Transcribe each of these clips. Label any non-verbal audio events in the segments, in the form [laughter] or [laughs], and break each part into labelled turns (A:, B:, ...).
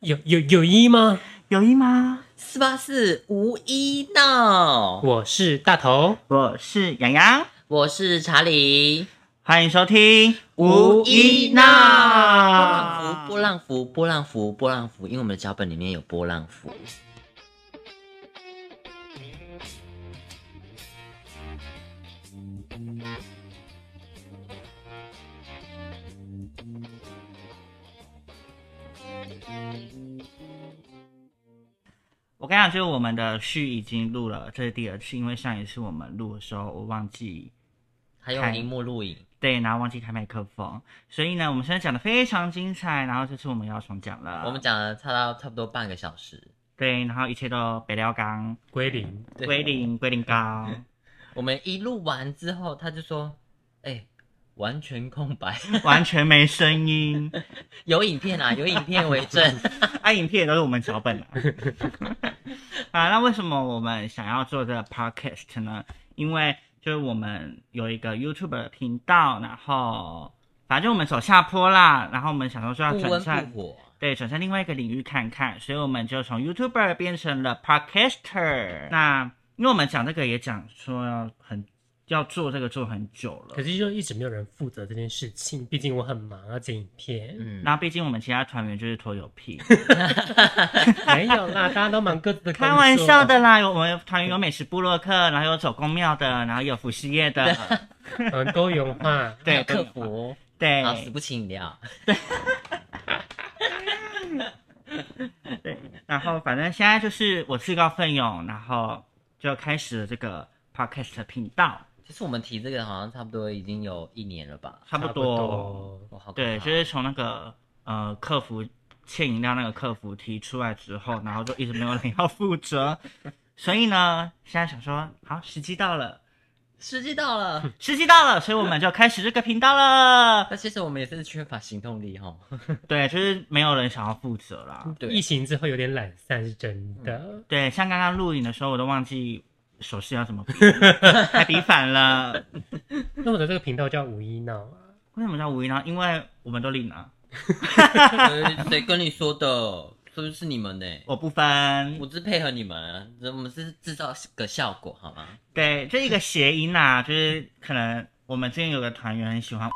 A: 有有有一吗？
B: 有一吗？
C: 四八四无一到，
A: 我是大头，
B: 我是洋洋，
C: 我是查理，
B: 欢迎收听
C: 无一闹
B: 闹
C: 波浪符，波浪符，波浪符，因为我们的脚本里面有波浪符。
B: 我跟你讲，就是我们的序已经录了，这是第二次，因为上一次我们录的时候，我忘记
C: 还有
B: 看
C: 荧幕录影，
B: 对，然后忘记开麦克风，所以呢，我们现在讲的非常精彩，然后这次我们要重讲了，
C: 我们讲了差到差不多半个小时。
B: 对，然后一切都北料刚
A: 归零。
C: 对
B: 归零归零高，
C: 我们一录完之后，他就说：“哎、完全空白，
B: [laughs] 完全没声音，
C: 有影片啊，有影片为
B: [laughs]
C: 证。
B: 啊，影片也都是我们脚本了。 [laughs] 啊，那为什么我们想要做这个 podcast 呢？因为就是我们有一个 YouTube 的频道，然后反正我们走下坡啦，然后我们想说说要
C: 不
B: 转
C: 温
B: 向，
C: 不火，
B: 对，转向另外一个领域看看，所以我们就从 YouTuber 变成了 podcaster。那因为我们讲这个也讲说要很要做这个做很久了，
A: 可是就一直没有人负责这件事情，毕竟我很忙啊要剪影片。
C: 嗯，
B: 然后毕竟我们其他团员就是拖油屁。
A: 没有啦， [laughs] 大家都忙各自的工作。
B: 开玩笑的啦，有我们团员有美食部落客，然后有走公庙的，然后有服饰业的，
A: 嗯，多元化。
C: 还有
B: 对，
C: 客服，
B: 对
C: 啊，死不起饮料，
B: 对。然后反正现在就是我自告奋勇，然后就开始了这个 podcast 频道，
C: 其实我们提这个好像差不多已经有一年了吧？
B: 差不
A: 差不
B: 多，
A: 多。
C: 哇，好可
B: 对，
C: 怕
B: 就是从那个呃客服欠饮料那个客服提出来之后，然后就一直没有人要负责，所以呢，现在想说，好，时机到了，
C: 时机
A: [laughs]
C: 到了。
B: 时机到了，所以我们就开始这个频道了。
C: 那其实我们也是缺乏行动
A: [laughs]
C: 力哈。
B: 对，就是没有人想要负责啦。
C: 对
A: 疫情之后有点懒散是真的，
B: 对，像刚刚录影的时候，我都忘记手势要怎
C: [laughs]
B: 么比，还比反了。
A: 那我的这个频道叫五一闹啊，
B: 为什么叫无一呢？因为我们都领了，
C: 呃谁跟你说的？是不是
A: [laughs]
C: 你们呢？
B: 我不分。
C: 我是配合你们，啊我们是制造个效果好
A: [laughs]
C: 吗？ [laughs]
B: 对，就一个谐音啦、就是可能我们之前有个团员很喜欢，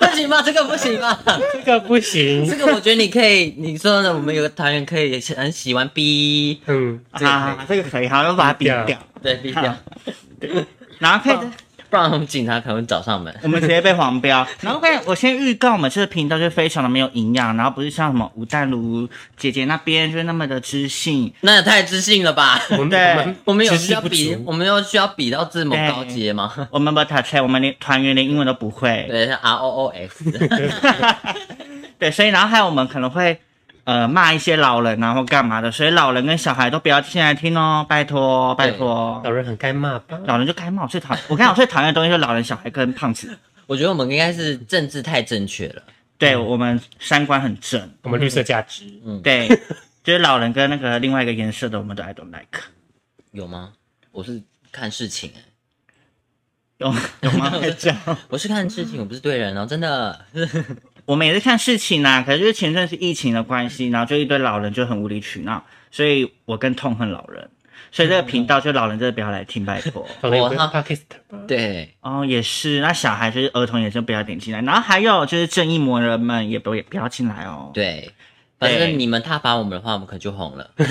C: 不行吗？这个不
A: [laughs]
C: 行吗？
A: 这个不行。
C: 这个我觉得你可以，你说呢？我们有个团员可以很喜欢 B，
A: 嗯，
C: 这个可以
B: 啊，这个可以，好，就把它比
A: 掉
B: 掉，
C: 对 B
A: [laughs]
C: 掉，
B: 然后可以，
C: 不然我们警察可能会找上门。
B: 我们直接被黄标。然后可以，我先预告，我们这个频道就非常的没有营养，然后不是像什么吴淡如姐姐那边就是那么的知性，
C: 那也太自信了吧？
A: [laughs] 我们
B: 对
A: 我们
C: 我们有
A: 知
C: 需
A: 识
C: 要
A: 不
C: 比，
A: 足哎
C: 我们有需要比到字母高阶吗？ [laughs]
B: 我们不塔菜，我们连团员连英文都不会。
C: 对，是 R O O
A: [laughs]
C: X，
B: 对，所以然后还有我们可能会呃骂一些老人啊或干嘛的，所以老人跟小孩都不要现在听哦，拜托拜托
A: 老。人很该骂吧？
B: 老人就该骂，我最讨厌。 [laughs] 我跟你讲，我最讨厌的东西就是老人、小孩跟胖子。
C: 我觉得我们应该是政治太正确了。
B: 对我们三观很正，
A: 我们绿色价值，
B: [laughs] 对，就是老人跟那个另外一个颜色的，我们都 I don't like。 [laughs]
C: 有吗？我是看事情、欸，
B: 有有 [laughs] 吗？还这样。
C: 我是看事情，我不是对人哦，真的。
B: 我们也是看事情啦、可是就是前阵子疫情的关系，然后就一堆老人就很无理取闹，所以我更痛恨老人。所以这个频道就老人真的不要来听，拜托。
A: 老人也不是
C: 我
A: podcast 吧？
C: 对，
B: 哦，也是，那小孩就是儿童也就不要点进来，然后还有就是正义魔人们也不也不要进来哦。
C: 对，反正
B: 对
C: 你们踏伐我们的话，我们可就红了。
B: 对，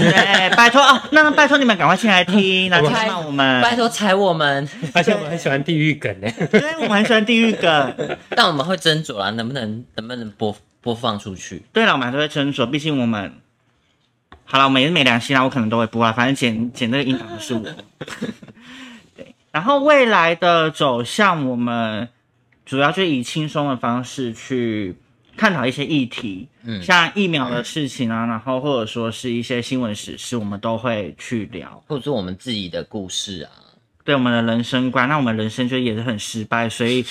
B: 拜托哦，那拜托你们赶快进来
C: [laughs]
B: 听，然后听到我们，
C: 拜，托踩我们，
B: [laughs]
A: 而且我们很喜欢地狱梗呢。
B: 对，我们很喜欢地狱梗。
C: 但我们会斟酌啦，能不能能不能播播放出去？
B: 对了，我们还是会斟酌，毕竟我们，好了，我们也是没良心啦，我可能都会播啊，反正剪剪这个音档不是我。对， [laughs] 然后未来的走向，我们主要就以轻松的方式去探讨一些议题，
C: 嗯
B: 像疫苗的事情啊，然后或者说是一些新闻时事，我们都会去聊。
C: 或者说我们自己的故事啊，
B: 对我们的人生观，那我们人生就也是很失败，所以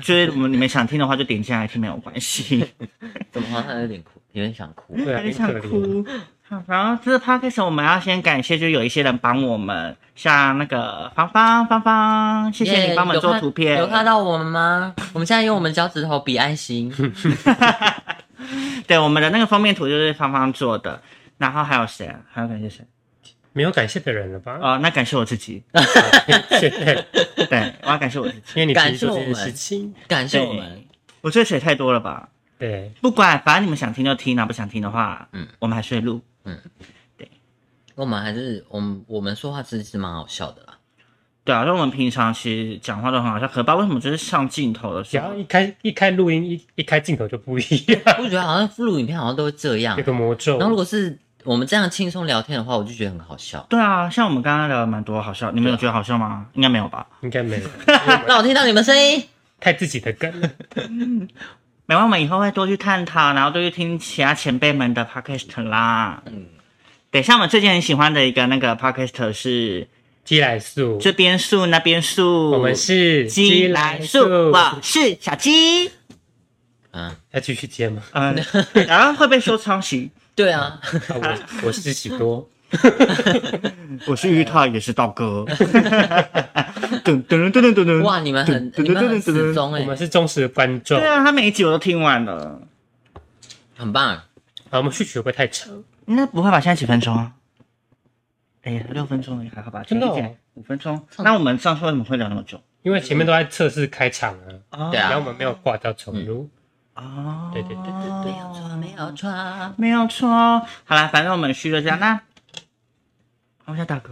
B: 就是我们你们想听的话就点进来听没有关系。
C: 怎么好像有点哭，有点想哭。
A: 对啊，
B: 很
A: 很可
B: 想
A: 怜。
B: 哭。好然后这个 podcast 我们要先感谢，就有一些人帮我们，像那个芳芳芳芳，谢谢你
C: 耶
B: 帮我们
C: 有
B: 做
C: 看
B: 图片 [laughs]
C: 有。看到我们吗？我们现在用我们脚趾头比爱心，
B: 对，我们的那个封面图就是芳芳做的。然后还有谁啊？还有感谢谁？
A: 没有感谢的人了吧？
B: 哦，那感谢我自己。
A: 对，对
B: 对，我要感谢我自己。
A: 因为你
C: 感
A: 提
C: 谢
A: 出
C: 我
A: 这件
C: 们
A: 事情，
C: 感 [laughs] 谢我们，
B: 我觉得水太多了吧？
A: 对，
B: 不管，反正你们想听就听，那不想听的话，
C: 嗯，
B: 我们还是会录。
C: 我们还是我们我们说话其实是蛮好笑的啦。
B: 对啊，因为我们平常其实讲话都很好笑，可不知道为什么就是上镜头的
A: 只
B: 时
A: 要
B: 候，
A: 一开一开录音，一一开镜头就不一样，
C: 我觉得好像录影片好像都会这样
A: 有，个魔咒
C: 然。后如果是我们这样轻松聊天的话，我就觉得很好笑。
B: 对啊，像我们刚刚聊了蛮多好笑，你们有觉得好笑吗？应该没有吧？
A: 应该没有，
C: 让我听到你们声音，
A: 太自己的梗了。
B: 没关系，我们以后会多去探讨，然后多去听其他前辈们的 podcast 啦。嗯，等一下，我们最近很喜欢的一个那个 podcast 是
A: 鸡来
C: [laughs]
A: 素，
B: 这边树那边树，
A: 我们是
B: 鸡来树，我是小鸡。
C: 嗯，
A: 要继续接
C: [laughs]
A: 吗？
B: 嗯，然后会被说抄袭。
C: 对啊，
B: 嗯
A: 啊我我是喜
C: [laughs]
A: 多，
B: 我是玉泰，也是道哥。噔噔噔噔噔噔
C: 哇，你们很你们很始终
A: 我
C: 哎
A: 们，是忠实的观众
B: 对。啊，他每一集我都听完了。
C: 很棒。
A: 好，啊我们序曲会不会太长？
B: 应该不会吧？现在几分钟啊？哎呀，六分钟而已还好吧？
A: 真的哦
B: 前一集五分钟。那我们上次为什么会聊那么久？
A: 因为前面都在测试开场啊，
B: 啊
C: 对啊
A: 然后我们没有挂掉重录。
B: 哦，
A: 对对对
C: 没有错，没有错。
B: 没有错哦。好啦，反正我们续就这样。那我想打嗝，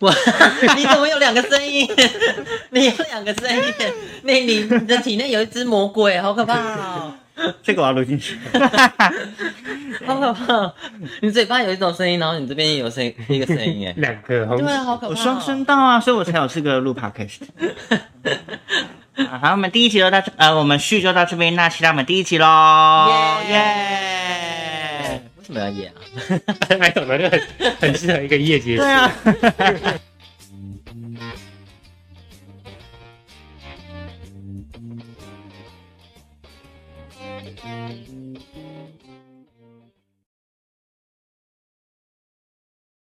C: 我， [laughs] 你怎么有两个声音？ [laughs] 你有两个声
B: [laughs]
C: 音？你你你的体内有一只魔鬼，好可怕哦，
B: 这个我要录进去。
C: 好可怕哦！你嘴巴有一种声音，然后你这边也有声音一个声音，哎，
A: 两个红 [laughs]
C: 对啊，好可怕
B: [laughs] 我
C: 哦。
B: 双声道啊，所以我才有这个录 podcast。啊 [laughs] 好，我们第一集就到这，呃，我们续就到这边，那期待我们第一集喽，
C: 耶
B: 耶！
C: 为什么要演啊？
A: ，I d o 就很很适合一个夜结束
B: 对。啊。